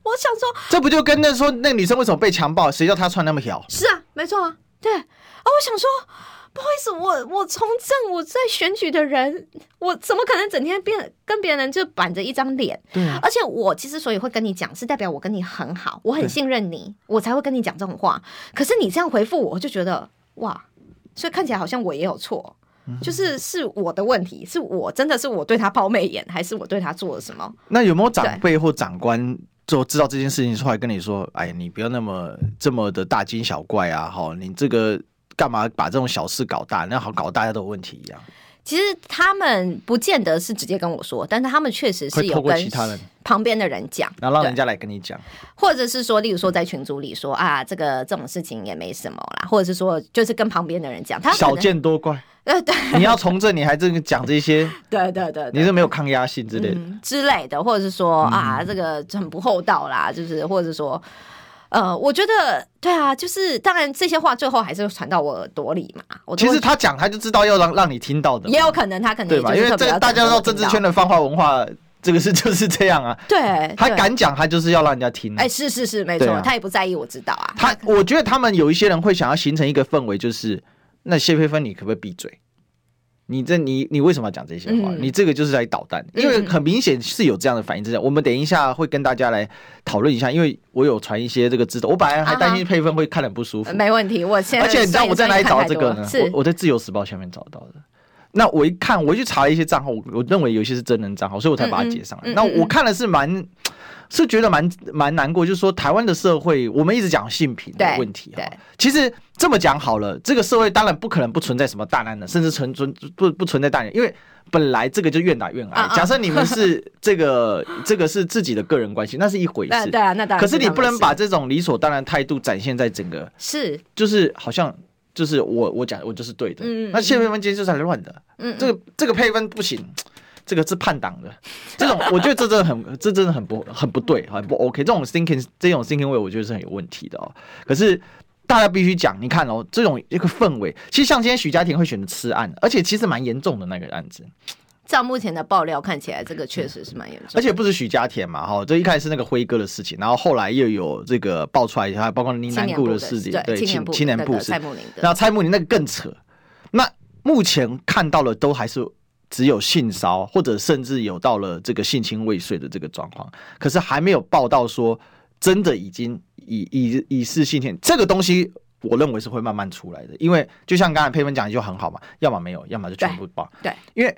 我想说，这不就跟那说那女生为什么被强暴，谁叫她穿那么小？是啊，没错啊，对啊，我想说，不好意思，我我从政，我在选举的人，我怎么可能整天变跟别人就板着一张脸？对啊，而且我之所以会跟你讲，是代表我跟你很好，我对很信任你，我才会跟你讲这种话。可是你这样回复我，我就觉得哇，所以看起来好像我也有错，嗯就是是我的问题，是我真的是我对他抛媚眼，还是我对他做了什么？那有没有长辈或长官就知道这件事情，后来跟你说，哎，你不要那么这么的大惊小怪啊，好，你这个干嘛把这种小事搞大？那好，搞大家都有问题一样，其实他们不见得是直接跟我说，但是他们确实是会透有过跟其他人，旁边的人讲，然后让对人家来跟你讲，或者是说，例如说在群组里说啊，这个这种事情也没什么啦，或者是说就是跟旁边的人讲，他可少能见多怪。呃对你要从政，你还这个讲这些，对对 对你对。是没有抗压性之类的。嗯之类的，或者是说啊，嗯这个很不厚道啦，就是或者说，呃，我觉得对啊，就是当然这些话最后还是会传到我耳朵里嘛。我都其会实他讲，他就知道要让让你听到的嘛，也有可能他可能对也就吧？是因为特别这要大家知讲给道我政治听圈的泛化文化，这个是 就是这样啊。对他对敢讲，他就是要让人家听啊。哎是是是没对错啊，他也不在意我知道啊。他，我觉得他们有一些人会想要形成一个氛围，就是那谢佩芬，你可不可以闭嘴？你这你你为什么要讲这些话？嗯你这个就是来捣蛋，因为很明显是有这样的反应之下。我们等一下会跟大家来讨论一下，因为我有传一些这个指导，我本来还啊担心佩芬会看得很不舒服，呃没问题，我现在而且你知道我在哪里找到这个呢？是我我在自由时报下面找到的。那我一看，我去查了一些账号，我我认为有一些是真人账号，所以我才把它截上来。嗯嗯嗯那嗯我看了是蛮，是觉得蛮蛮难过，就是说台湾的社会，我们一直讲性平的对问题哈对。其实这么讲好了，这个社会当然不可能不存在什么大男人，甚至存存不不存在大人，因为本来这个就愿打愿挨啊。啊假设你们是 这个这个是自己的个人关系，那是一回那事对。啊，那当然。可是你不能把这这种理所当然态度展现在整个是就是好像就是我我讲我就是对的，嗯嗯那谢佩芬今天就是来乱的，嗯这个这个配分不行，这个是叛党的，这种 我觉得这真的很这真的很不很不对，很不 OK，这种 thinking 这种 thinking way 我觉得是很有问题的哦。可是大家必须讲，你看哦，这种一个氛围，其实像今天许家庭会选择吃案，而且其实蛮严重的那个案子。照目前的爆料看起来，这个确实是蛮严重的。而且不止许家田嘛，哈，这一开始是那个辉哥的事情，然后后来又有这个爆出来，还有包括林青南年固部的的事情，对青青年部青年那部个事蔡慕宁的那蔡慕宁那个更扯。那目前看到的都还是只有性骚，或者甚至有到了这个性侵未遂的这个状况，可是还没有报道说真的已经以以以示性侵这个东西。我认为是会慢慢出来的，因为就像刚才佩芬讲的就很好嘛，要么没有，要么就全部报。对对因为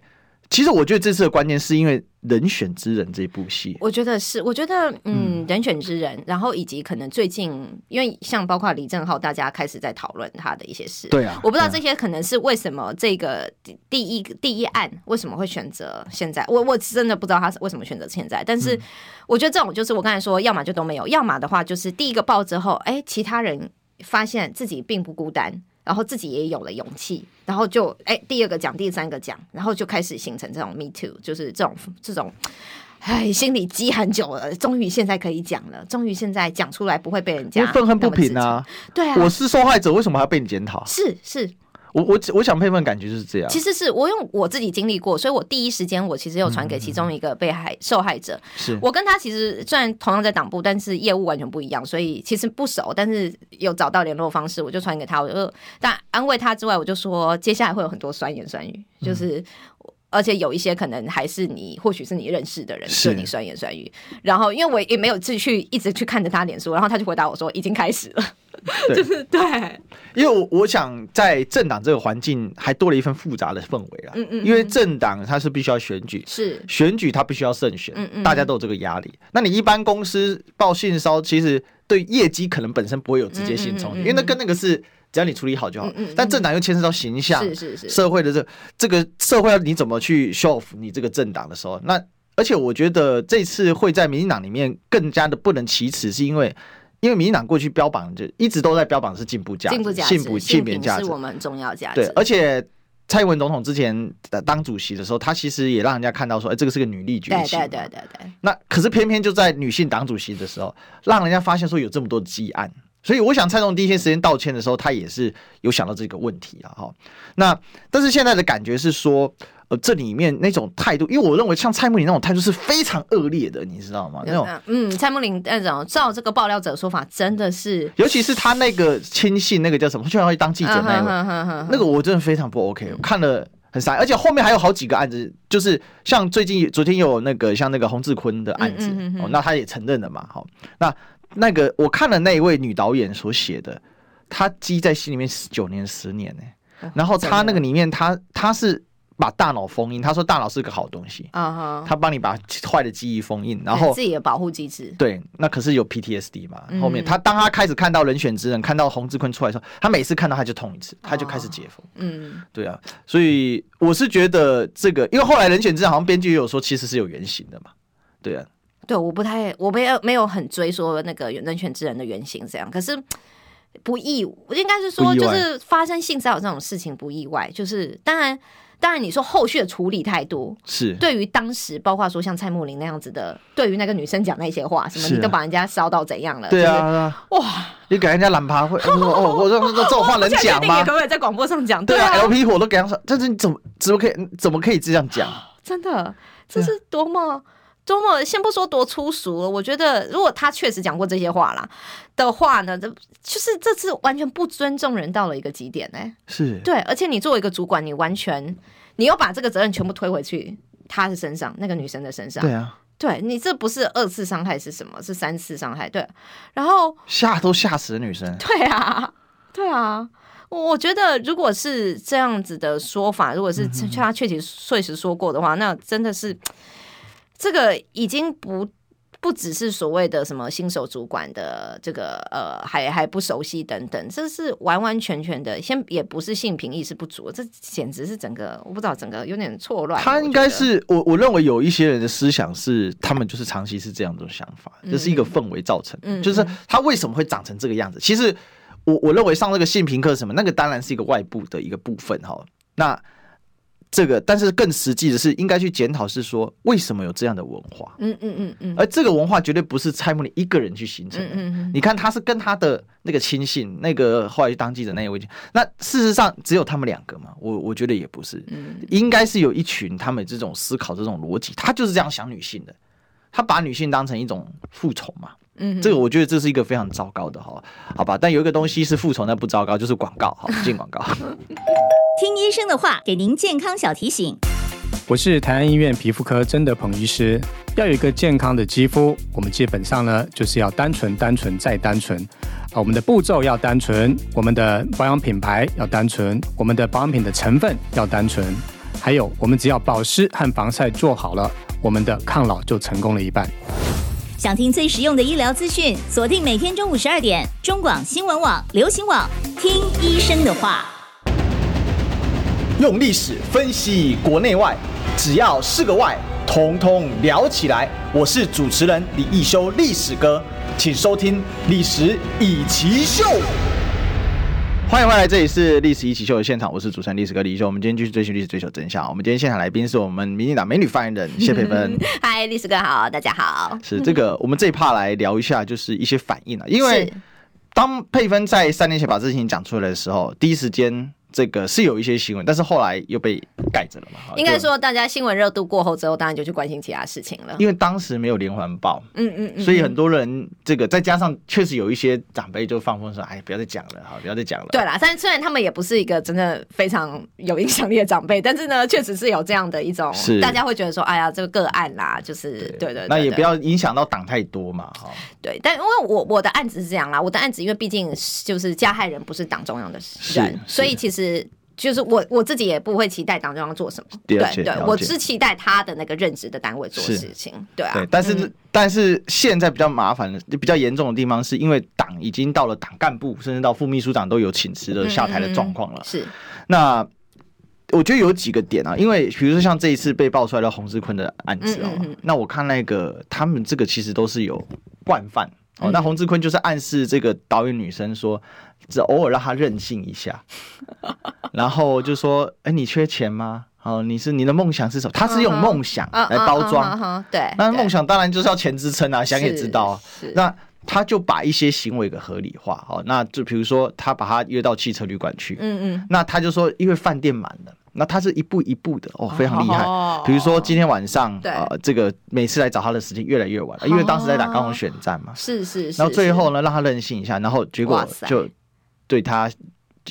其实我觉得这次的关键是因为《人选之人》这部戏，我觉得是，我觉得嗯，人选之人，然后以及可能最近，因为像包括李正浩，大家开始在讨论他的一些事。对啊我不知道对这啊些可能是为什么这个第第一第一案为什么会选择现在，我我真的不知道他是为什么选择现在，但嗯是我觉得这种就是我刚才说，要么就都没有，要么的话就是第一个报之后，哎，其他人发现自己并不孤单。然后自己也有了勇气，然后就哎，第二个讲，第三个讲，然后就开始形成这种 me too，就是这种这种哎，心里积很久了，终于现在可以讲了，终于现在讲出来不会被人因家为愤恨不平那么啊，指责！对啊，我是受害者，为什么还要被你检讨？是是，我我我想佩芬的感觉就是这样，其实是我用我自己经历过，所以我第一时间我其实有传给其中一个被害受害者，是我跟他其实虽然同样在党部，但是业务完全不一样，所以其实不熟，但是有找到联络方式，我就传给他，我就但安慰他之外，我就说接下来会有很多酸言酸语，嗯就是。而且有一些可能还是你，或许是你认识的人是对你酸言酸语。然后，因为我也没有去去一直去看着他脸书，然后他就回答我说已经开始了，对就是对，因为我我想在政党这个环境还多了一份复杂的氛围啊，嗯嗯嗯因为政党它是必须要选举，是选举它必须要胜选，嗯嗯大家都有这个压力。那你一般公司报性骚，其实对业绩可能本身不会有直接性冲击，嗯嗯嗯因嗯为那跟那个是只要你处理好就好。嗯嗯嗯但政党又牵涉到形象，是是是，社会的这这个社会，你怎么去 show off 你这个政党的时候，那而且我觉得这次会在民进党里面更加的不能启齿，是因为因为民进党过去标榜就一直都在标榜是进步价值、进步价进步、值、进性步平价是值，我们很重要的价值对，，而且。蔡英文总统之前呃当主席的时候，他其实也让人家看到说，哎、这个是个女力崛对起。对对对对，那可是偏偏就在女性党主席的时候，让人家发现说有这么多积案，所以我想蔡总第一时间道歉的时候，他也是有想到这个问题啊。哈。那但是现在的感觉是说，呃，这里面那种态度，因为我认为像蔡慕林那种态度是非常恶劣的，你知道吗？那种，嗯，蔡慕林那种，照这个爆料者的说法，真的是尤其是他那个亲信那个叫什么，居然会嗯当记者那一位，那那个我真的非常不 OK，我看了很傻，而且后面还有好几个案子，就是像最近昨天有那个像那个洪志坤的案子，嗯嗯嗯嗯哦，那他也承认了嘛，好、那那个我看了那一位女导演所写的，她积在心里面十九年十年呢、哦然后她那个里面她她是把大脑封印，她说大脑是个好东西，啊哈，她帮你把坏的记忆封印，然后自己的保护机制，对，那可是有 PTSD 嘛。后面嗯他当他开始看到人选之人，看到洪志坤出来的时候，他每次看到他就痛一次，他就开始解封。嗯，对啊，所以我是觉得这个，因为后来人选之人好像编剧也有说，其实是有原型的嘛。对啊，对，我不太，我没有没有很追说那个人权之人的原型这样，可是。不意，应该是说，不意就外是发生性骚扰这种事情不意外，就是当然，当然你说后续的处理态度，是，对于当时，包括说像蔡慕林那样子的，对于那个女生讲那些话，什么是啊你都把人家烧到怎样了，对就是，啊，哇，你给人家懒爬会，我说哦，我说这这种话能不太确讲定吗你可？不可以在广播上讲？对啊啊，，LP 火都给他说，但是你怎么怎么可以怎么可以这样讲？真啊的，这是多么多么，先不说多粗俗了，我觉得如果他确实讲过这些话啦的话呢，这就是这次完全不尊重人到了一个极点哎、是，对，而且你作为一个主管，你完全你又把这个责任全部推回去他的身上，那个女生的身上，对啊，对你这不是二次伤害是什么？是三次伤害，对，然后。吓都吓死了女生。对啊，对啊，我我觉得如果是这样子的说法，如果嗯是他确实确实说过的话，那真的是这个已经不。不只是所谓的什么新手主管的这个呃，还还不熟悉等等，这是完完全全的，先也不是性平意识不足，这简直是整个我不知道整个有点错乱。他我应觉该得是我我认为有一些人的思想是，他们就是长期是这样的想法，这、是一个氛围造成的，嗯就是他为什么会长成这个样子？其实我我认为上那个性平课什么，那个当然是一个外部的一个部分哈。那这个，但是更实际的是，应该去检讨是说为什么有这样的文化，嗯嗯嗯嗯，而这个文化绝对不是蔡穆尼一个人去形成嗯的。嗯嗯，你看，他是跟他的那个亲信，那个后来去当记者那一位，那事实上只有他们两个嘛？我我觉得也不是，嗯应该是有一群他们这种思考这种逻辑，他就是这样想女性的，他把女性当成一种复仇嘛。嗯这个我觉得这是一个非常糟糕的哈，好吧？但有一个东西是复仇，那不糟糕，就是广告，好，不进广告。听医生的话，给您健康小提醒。我是台安医院皮肤科曾德鹏医师。要有一个健康的肌肤，我们基本上呢就是要单纯、单纯再单纯啊。我们的步骤要单纯，我们的保养品牌要单纯，我们的保养品的成分要单纯，还有我们只要保湿和防晒做好了，我们的抗老就成功了一半。想听最实用的医疗资讯，锁定每天中午十二点，中广新闻网、流行网，听医生的话。用历史分析国内外，只要是个“外”，统统聊起来。我是主持人李一修，历史哥，请收听《历史以奇秀》。欢迎回来，这里是《历史一起秀》的现场，我是主持人历史哥李一修。我们今天继续追寻历史，追求真相。我们今天现场来宾是我们民进党美女发言人谢佩芬。嗯嗨，历史哥好，大家好。是这个，我们这一趴来聊一下，就是一些反应啊，因为是当佩芬在三年前把这事情讲出来的时候，第一时间这个是有一些新闻，但是后来又被盖着了嘛。应该就，说，大家新闻热度过后之后，当然就去关心其他事情了。因为当时没有连环报，嗯嗯嗯，所以很多人这个再加上确实有一些长辈就放风说，哎，不要再讲了，好，不要再讲了。对啦，但是虽然他们也不是一个真的非常有影响力的长辈，但是呢，确实是有这样的一种是，大家会觉得说，哎呀，这个个案啦，就是对对对，那也对不要影响到党太多嘛，哈。对，但因为我我的案子是这样啦，我的案子因为毕竟是就是加害人不是党中央的是人，所以其实。就是我我自己也不会期待党中央做什么，对了解对了，解我是期待他的那个任职的单位做是事情，对啊，对，但是、但是现在比较麻烦的、比较严重的地方，是因为党已经到了党干部，甚至到副秘书长都有请辞的下台嗯的状况了。是那我觉得有几个点啊，因为比如说像这一次被爆出来的洪志坤的案子哦，嗯嗯嗯那我看那个他们这个其实都是有惯犯嗯哦。那洪志坤就是暗示这个导演女生说，只偶尔让她任性一 下，然后就说：“哎，你缺钱吗？哦，你是你的梦想是什么？”他是用嗯哼梦想来包装。嗯嗯嗯嗯嗯对，那对梦想当然就是要钱支撑啊，想也知道啊是是。那他就把一些行为给合理化，哦，那就比如说他把他约到汽车旅馆去，嗯嗯那他就说因为饭店满了。那他是一步一步的哦，非常厉害哦。比如说今天晚上，对呃，这个每次来找他的时间越来越晚了，因为当时在打高雄选战嘛。是是是，然后最后呢，呢，让他任性一下，然后结果哇塞就对他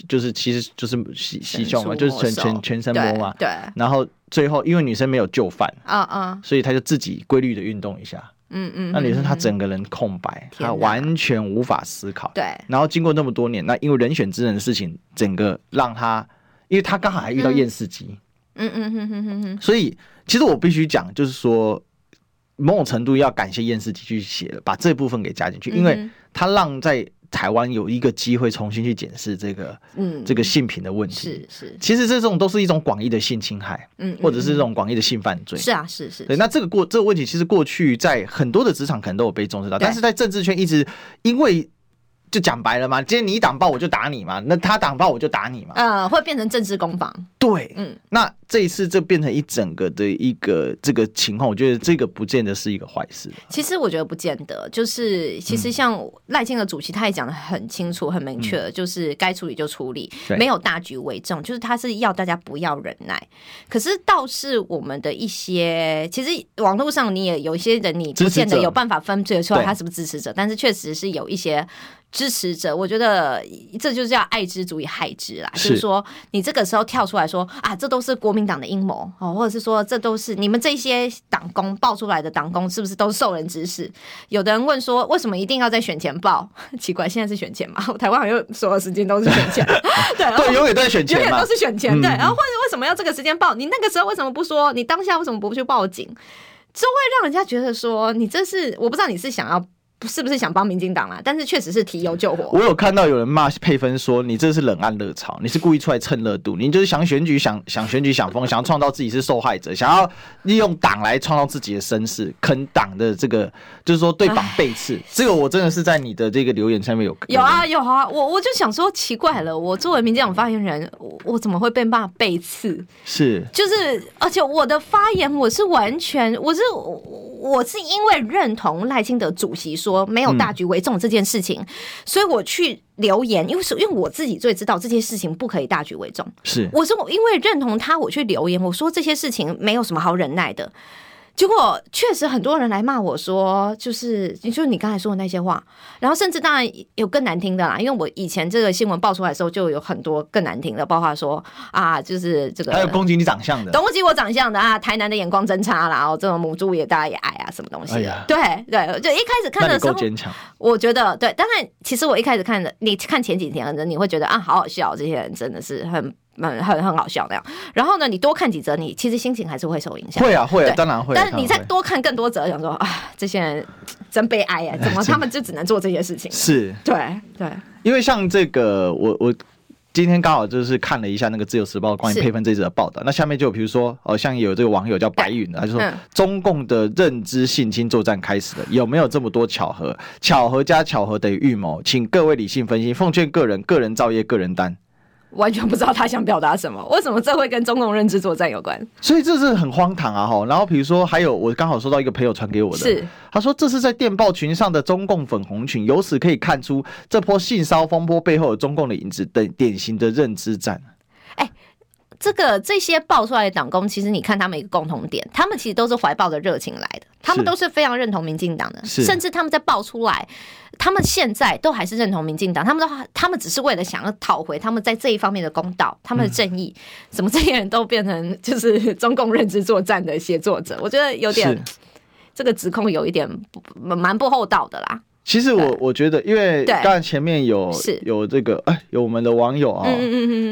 就是其实就是袭袭胸嘛，就是全全全身摸嘛。对，对然后最后因为女生没有就范，啊啊，所以他就自己规律的运动一下。嗯嗯，那女嗯生她嗯整个人空白，天她哪完全无法思考。对然后经过那么多年，那因为人选之人的事情，整个让她，因为她刚好还遇到厌世姬，嗯嗯哼哼哼哼，所以其实我必须讲，就是说某种程度要感谢厌世姬去写了，把这部分给加进去，因为嗯她让在台湾有一个机会重新去检视这个嗯，这个性平的问题是。是，其实这种都是一种广义的性侵害，嗯，嗯或者是这嗯种广义的性犯罪。是啊是是，对，是那这个过这个问题，其实过去在很多的职场可能都有被重视到，对但是在政治圈一直因为就讲白了嘛，今天你党报我就打你嘛，那他党报我就打你嘛，呃，会变成政治攻防，对，嗯，那这一次这变成一整个的一个这个情况，我觉得这个不见得是一个坏 事。其实我觉得不见得，就是其嗯实像赖清德主席他也讲的很清楚、很明确，就是该处理就处理对，没有大局为重，就是他是要大家不要忍耐。可是倒是我们的一些，其实网络上你也有一些人，你不支见持得者有办法分辨出来对他是不是支持者，但是确实是有一些。支持者，我觉得这就是叫爱之足以害之啦，就是是说你这个时候跳出来说啊，这都是国民党的阴谋哦，或者是说这都是你们这些党工爆出来的党工是不是都是受人指使？有的人问说，为什么一定要在选前报？奇怪，现在是选前嘛？台湾好像所有时间都是选前， 对，然后对，永远都在选永钱远嘛嗯都，是选前，对。然后或者为什么要这个时间报？你那个时候为什么不说？你当下为什么不去报警？这会让人家觉得说你这是我不知道你是想要是不是想帮民进党啦？但是确实是提油救火。我有看到有人骂佩芬说：“你这是冷暗热潮，你是故意出来蹭热度，你就是想选举，想想选举想风，想要创造自己是受害者，想要利用党来创造自己的身世，坑党的这个，就是说对党背刺。”这个我真的是在你的这个留言下面有有啊有啊，我我就想说奇怪了，我作为民进党发言人，我我怎么会被骂背刺？是就是，而且我的发言我是完全，我是我我是因为认同赖清德主席说没有大局为重这件事嗯情，所以我去留言，因为是因为我自己最知道这些事情不可以大局为重。是我是我因为认同他，我去留言，我说这些事情没有什么好忍耐的。结果确实很多人来骂我说，就是就是你刚才说的那些话，然后甚至当然有更难听的啦，因为我以前这个新闻爆出来的时候，就有很多更难听的，包括说啊，就是这个还有攻击你长相的，懂不及我长相的啊，台南的眼光真差啦，哦，这种母猪也大家也爱啊，什么东西？哎呀对对，就一开始看那的你时够候，坚强。我觉得对，当然，其实我一开始看的，你看前几天的，你会觉得啊，好好笑，这些人真的是很。很很很好笑那样，然后呢，你多看几则，你其实心情还是会受影响。会啊会啊对当然会啊但是你当然再会多看更多则，想说啊，这些人真悲哀哎，怎么他们就只能做这些事情？是对对，因为像这个，我我今天刚好就是看了一下那个《自由时报》关于是佩芬这一则的报道，那下面就有比如说，哦，像有这个网友叫白云的，他就说、嗯中共的认知性侵作战开始了，有没有这么多巧合？巧合加巧合等于预谋，请各位理性分析，奉劝个人，个人造业，个人担。完全不知道他想表达什么。为什么这会跟中共认知作战有关？所以这是很荒唐啊！哈，然后比如说还有，我刚好收到一个朋友传给我的，是他说这是在电报群上的中共粉红群，由此可以看出这波性骚风波背后有中共的影子，等典型的认知战。这个这些爆出来的党工，其实你看他们一个共同点，他们其实都是怀抱着热情来的，他们都是非常认同民进党的，是甚至他们在爆出来，他们现在都还是认同民进党，他们都他们只是为了想要讨回他们在这一方面的公道，他们的正义，怎么这些人都变成就是中共认知作战的协作者？我觉得有点是这个指控有一点不蛮不厚道的啦。其实我对我觉得，因为对刚才前面有是嗯有这个哎，有我们的网友啊、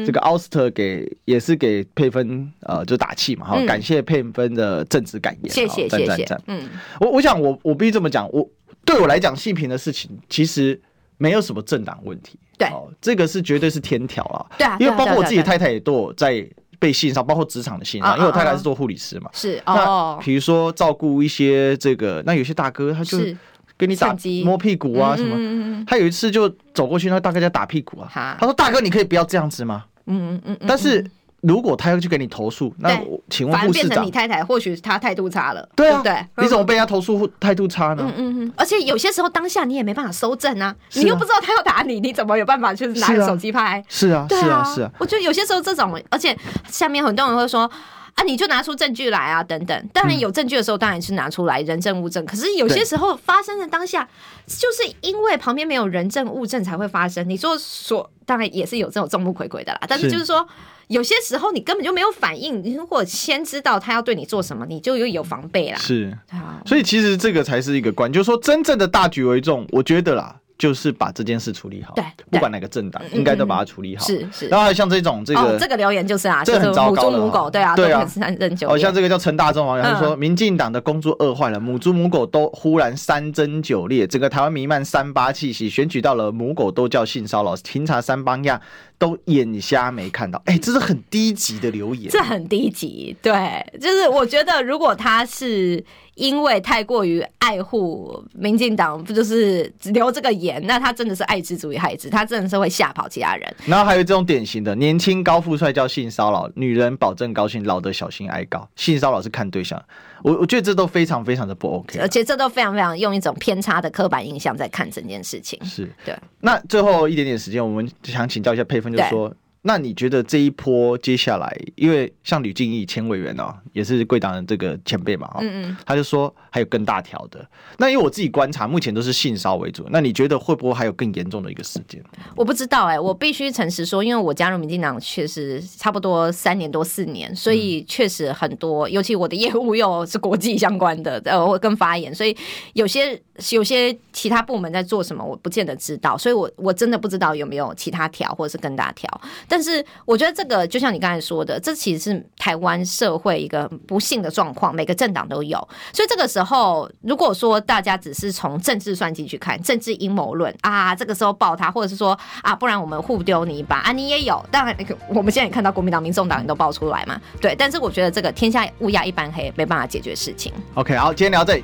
这个 Auster 给也是给佩芬呃就打气嘛哈、嗯感谢佩芬的正直感言，谢好谢赞谢赞谢赞，嗯，我我想我我必须这么讲，我对我来讲性平的事情其实没有什么政党问题，对哦，这个是绝对是天条啊，对啊因为对啊包括对啊我自己的对太太也都有在被性骚扰，包括职场的性骚扰，啊因为我太啊太啊是做护理师嘛，是那哦，比如说照顾一些这个，那有些大哥他就是跟你打趁机摸屁股啊嗯什么，嗯嗯嗯他有一次就走过去，那大哥在打屁股啊，哈他说大哥你可以不要这样子吗？嗯嗯嗯嗯，但是如果他要去给你投诉，那对我请问反而护变士成长你，太太，或许她态度差了，对不啊，对，你怎么被人家投诉态度差呢嗯？嗯嗯，而且有些时候当下你也没办法收证啊，是啊你又不知道他要打你，你怎么有办法就是拿是着啊手机拍？是啊，对是啊，是啊，我觉得有些时候这种，而且下面很多人会说。啊，你就拿出证据来啊，等等。当然有证据的时候，当然是拿出来人证物证。可是有些对时候发生的当下，就是因为旁边没有人证物证才会发生。你说所当然也是有这种众目睽睽的啦，但是是就是说。有些时候你根本就没有反应，你如果先知道他要对你做什么，你就有有防备啦。是。对啊，所以其实这个才是一个关，就是说真正的大局为重，我觉得啦，就是把这件事处理好对，不对管哪个政党，嗯应该都把它处理好。是是然后还有像这种这哦，个这个留言就是啊，这就是很糟母糕猪了母狗，对啊，对啊都是很认久哦，恋。像这个叫陈大中网友，他说嗯民进党的工作恶坏了，母猪母狗都忽然三贞九烈，整个台湾弥漫三八气息，选举到了母狗都叫性骚扰，平查三帮样都眼瞎没看到，哎，这是很低级的留言，这很低级，对，就是我觉得如果他是因为太过于爱护民进党，不就是留这个言，那他真的是爱之足以害之，他真的是会吓跑其他人。然后还有这种典型的，年轻高富帅叫性骚扰，女人保证高兴，老的小心挨告。性骚扰是看对象，我我觉得这都非常非常的不 OK 啊。而且这都非常非常用一种偏差的刻板印象在看整件事情。是对，那最后一点点时间，我们想请教一下佩芬，就对说，那你觉得这一波接下来，因为像吕静义前委员哦，也是贵党的这个前辈嘛、哦，嗯嗯，他就说还有更大条的。那因为我自己观察，目前都是性骚为主，那你觉得会不会还有更严重的一个事件？我不知道哎、我必须诚实说，因为我加入民进党确实差不多三年多四年，所以确实很多，尤其我的业务又是国际相关的，呃，我跟发言，所以有些有些其他部门在做什么，我不见得知道，所以我我真的不知道有没有其他条或者是更大条。但但是我觉得这个就像你刚才说的，这其实是台湾社会一个不幸的状况，每个政党都有。所以这个时候，如果说大家只是从政治算计去看政治阴谋论啊，这个时候爆他，或者是说啊，不然我们互丢你一把啊，你也有。当然，我们现在也看到国民党、民众党也都爆出来嘛，对。但是我觉得这个天下乌鸦一般黑，没办法解决事情。 OK，好，今天聊到这里。